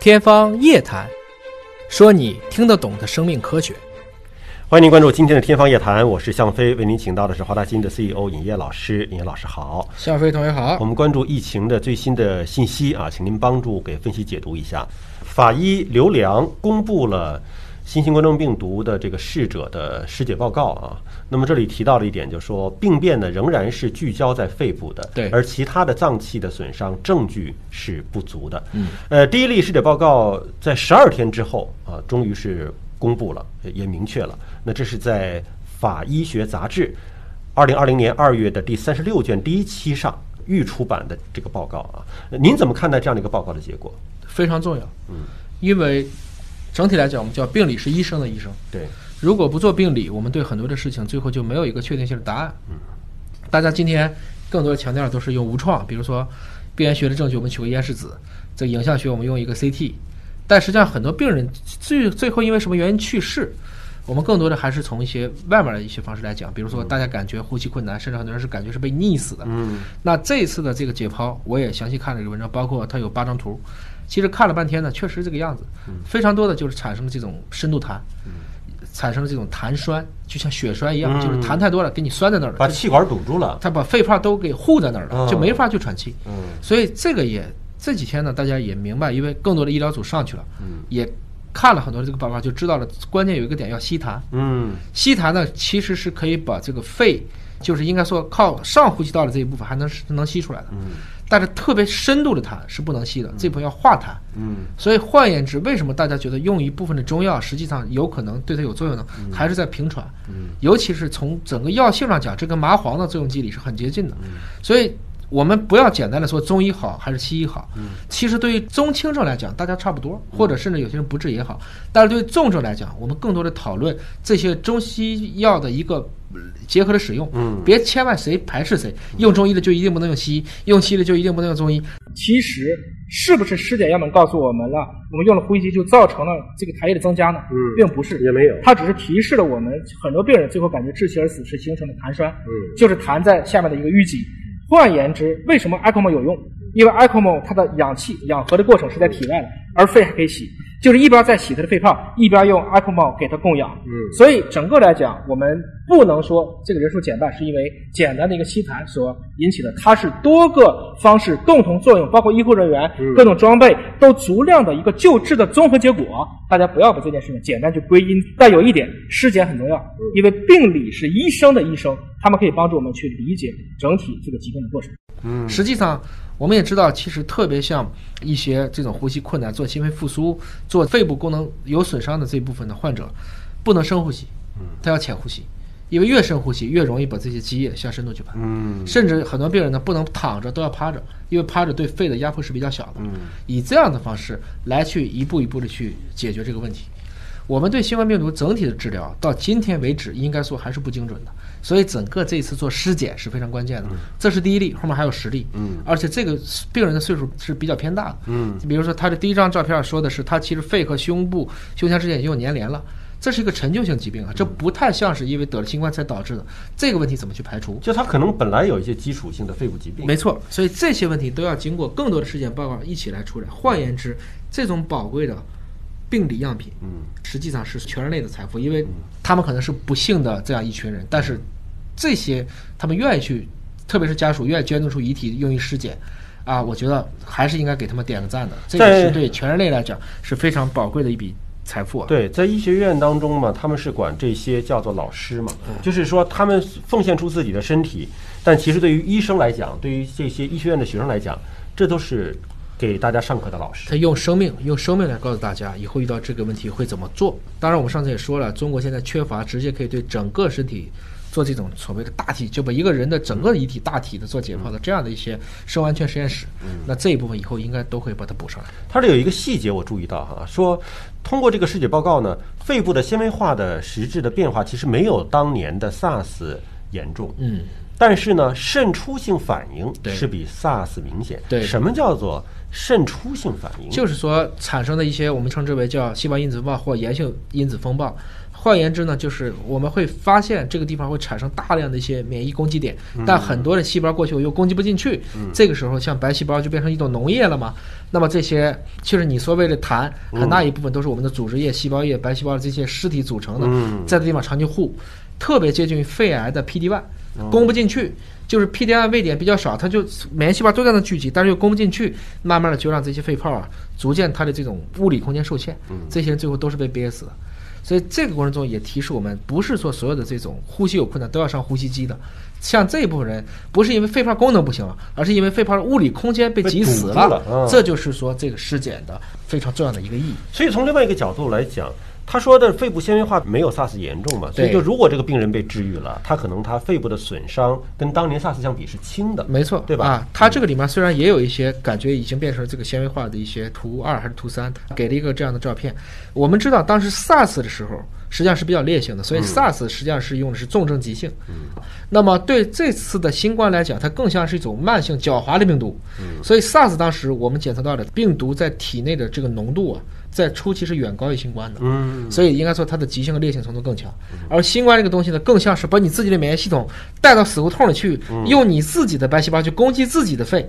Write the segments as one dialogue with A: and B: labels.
A: 天方夜谭，说你听得懂的生命科学。
B: 欢迎您关注今天的《天方夜谭》，我是向飞，为您请到的是华大基因的 CEO 尹烨老师。尹烨老师好，
A: 向飞同学
B: 我
A: 好，
B: 们关注疫情的最新的信息啊，请您帮助给分析解读一下。法医刘良公布了新型冠状病毒的这个逝者的尸检报告啊。那么这里提到了一点，就是说病变呢仍然是聚焦在肺部的，
A: 对
B: 而其他的脏器的损伤证据是不足的。嗯，呃，第一例尸检报告在十二天之后啊，终于是公布了，也也明确了。那这是在法医学杂志二零二零年二月的第三十六卷第一期上预出版的这个报告啊，呃您怎么看待这样的一个报告的结果？
A: 非常重要。嗯，因为整体来讲，我们叫病理是医生的医生。
B: 对，
A: 如果不做病理，我们对很多的事情最后就没有一个确定性的答案。嗯，大家今天更多的强调的都是用无创，比如说病原学的证据，我们取个咽拭子；这个影像学我们用一个 CT。但实际上，很多病人最最后因为什么原因去世，我们更多的还是从一些外面的一些方式来讲，比如说大家感觉呼吸困难，甚至很多人是感觉是被溺死的。
B: 嗯，
A: 那这一次的这个解剖，我也详细看了这个文章，包括它有八张图。其实看了半天呢，确实这个样子，
B: 嗯
A: 非常多的就是产生了这种深度痰，产生了这种痰栓，就像血栓一样，就是痰太多了，给你栓在那儿了，
B: 嗯把气管堵住了。
A: 它把肺泡都给护在那儿了，
B: 嗯
A: 就没法去喘气。
B: 嗯
A: 所以这个也这几天呢，大家也明白，因为更多的医疗组上去了，
B: 嗯
A: 也看了很多这个报告，就知道了关键有一个点要吸痰。
B: 嗯
A: 吸痰呢，其实是可以把这个肺，就是应该说靠上呼吸道的这一部分还能是能吸出来的，
B: 嗯
A: 但是特别深度的痰是不能吸的，这部分要化痰。
B: 嗯
A: 所以换言之，为什么大家觉得用一部分的中药实际上有可能对它有作用呢？还是在平喘，
B: 嗯
A: 尤其是从整个药性上讲，这跟麻黄的作用机理是很接近的。
B: 嗯
A: 所以我们不要简单的说中医好还是西医好，
B: 嗯
A: 其实对于中轻症来讲，大家差不多，或者甚至有些人不治也好。但是对于重症来讲，我们更多的讨论这些中西药的一个。呃结合的使用，
B: 嗯
A: 别千万谁排斥谁，用中医的就一定不能用西医，用西医的就一定不能用中医，
C: 其实是不是尸检样本告诉我们了，我们用了呼吸机就造成了这个痰液的增加呢？
B: 嗯
C: 并不是，
B: 也没有
C: 它只是提示了我们很多病人最后感觉窒息而死是形成了痰栓，
B: 嗯
C: 就是痰在下面的一个淤积。换言之，为什么 ECMO 有用？因为 ECMO 它的氧气氧合的过程是在体外的，而肺还可以洗，就是一边在洗它的肺泡，一边用 ECMO 给它供氧。
B: 嗯
C: 所以整个来讲，我们不能说这个人数减半是因为简单的一个吸痰所引起的，它是多个方式共同作用，包括医护人员、各种装备都足量的一个救治的综合结果。大家不要把这件事情简单去归因，但有一点，尸检很重要，因为病理是医生的医生，他们可以帮助我们去理解整体这个疾病的过程。
B: 嗯
A: 实际上，我们也知道，其实特别像一些这种呼吸困难、做心肺复苏、做肺部功能有损伤的这部分的患者，不能深呼吸，他要浅呼吸，因为越深呼吸越容易把这些积液向深度去排。
B: 嗯
A: 甚至很多病人呢，不能躺着，都要趴着，因为趴着对肺的压迫是比较小的。以这样的方式来去一步一步的去解决这个问题。我们对新冠病毒整体的治疗到今天为止，应该说还是不精准的，所以整个这一次做尸检是非常关键的。这是第一例，后面还有十例。嗯，而且这个病人的岁数是比较偏大的。嗯，比如说他的第一张照片说的是他其实肺和胸部、胸腔之间已经有粘连了。这是一个陈旧性疾病啊，这不太像是因为得了新冠才导致的。这个问题怎么去排除？
B: 就他可能本来有一些基础性的肺部疾病。
A: 没错，所以这些问题都要经过更多的尸检报告一起来出来。换言之，这种宝贵的病理样品，
B: 嗯，
A: 实际上是全人类的财富，因为他们可能是不幸的这样一群人，但是这些他们愿意去，特别是家属愿意捐赠出遗体用于尸检。啊，我觉得还是应该给他们点个赞的，这个
B: 在
A: 是对全人类来讲是非常宝贵的一笔财富啊。
B: 对，在医学院当中嘛，他们是管这些叫做老师嘛，
A: 嗯
B: 就是说他们奉献出自己的身体，但其实对于医生来讲，对于这些医学院的学生来讲，这都是给大家上课的老师。
A: 他用生命，用生命来告诉大家以后遇到这个问题会怎么做。当然，我们上次也说了，中国现在缺乏直接可以对整个身体做这种所谓的大体，就把一个人的整个遗体大体的做解剖的这样的一些生物安全实验室。那这一部分以后应该都会把它补上来。
B: 它这有一个细节我注意到哈、说通过这个尸检报告呢，肺部的纤维化的实质的变化其实没有当年的 SARS 严重。
A: 嗯，
B: 但是呢，渗出性反应
A: 对
B: 是比 SARS 明显。
A: 对
B: 什么叫做渗出性反应？
A: 就是说产生的一些我们称之为叫细胞因子风暴或炎性因子风暴。换言之呢，就是我们会发现这个地方会产生大量的一些免疫攻击点，但很多的细胞过去又攻击不进去，这个时候像白细胞就变成一种农业了嘛。那么这些就是你所谓的痰，很大一部分都是我们的组织液、细胞液、白细胞的这些尸体组成的
B: 嗯，
A: 在这地方长期护，特别接近于肺癌的 PD-1，攻
B: 嗯
A: 不进去。就是 PD-1 位点比较少，它就免疫细胞都在那聚集，但是又攻不进去，慢慢的就让这些肺泡啊，逐渐它的这种物理空间受限，
B: 嗯
A: 这些人最后都是被憋死的。所以这个过程中也提示我们，不是说所有的这种呼吸有困难都要上呼吸机的。像这一部分人，不是因为肺泡功能不行了，而是因为肺泡的物理空间被
B: 被
A: 挤
B: 堵
A: 死
B: 住
A: 了。
B: 了嗯
A: 这就是说这个尸检的非常重要的一个意义。
B: 所以从另外一个角度来讲，他说的肺部纤维化没有 SARS 严重嘛，所以
A: 对
B: 就如果这个病人被治愈了，他可能他肺部的损伤跟当年 SARS 相比是轻的，
A: 没错，
B: 对吧？嗯
A: 啊，它这个里面虽然也有一些感觉已经变成这个纤维化的一些图二还是图三，给了一个这样的照片。我们知道当时 SARS 的时候实际上是比较烈性的，
B: 嗯
A: 所以 SARS 实际上是用的是重症急性。那么对这次的新冠来讲，它更像是一种慢性狡猾的病毒。
B: 嗯
A: 所以 SARS 当时我们检测到的病毒在体内的这个浓度啊，在初期是远高于新冠的。
B: 嗯，
A: 所以应该说它的急性和烈性程度更强。而新冠这个东西呢，更像是把你自己的免疫系统带到死胡同里去，用你自己的白细胞去攻击自己的肺，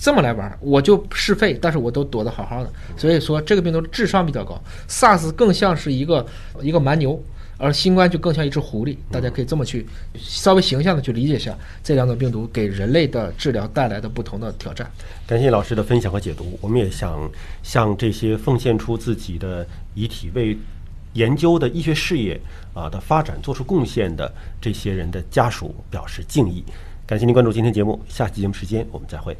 A: 这么来玩儿，我就是肺，但是我都躲得好好的。所以说这个病毒的智商比较高，SARS 更像是一个一个蛮牛。而新冠就更像一只狐狸，大家可以这么去稍微形象的去理解一下这两种病毒给人类的治疗带来的不同的挑战。
B: 感谢老师的分享和解读，我们也想向这些奉献出自己的遗体为研究的医学事业啊的发展做出贡献的这些人的家属表示敬意。感谢您关注今天节目，下期节目时间我们再会。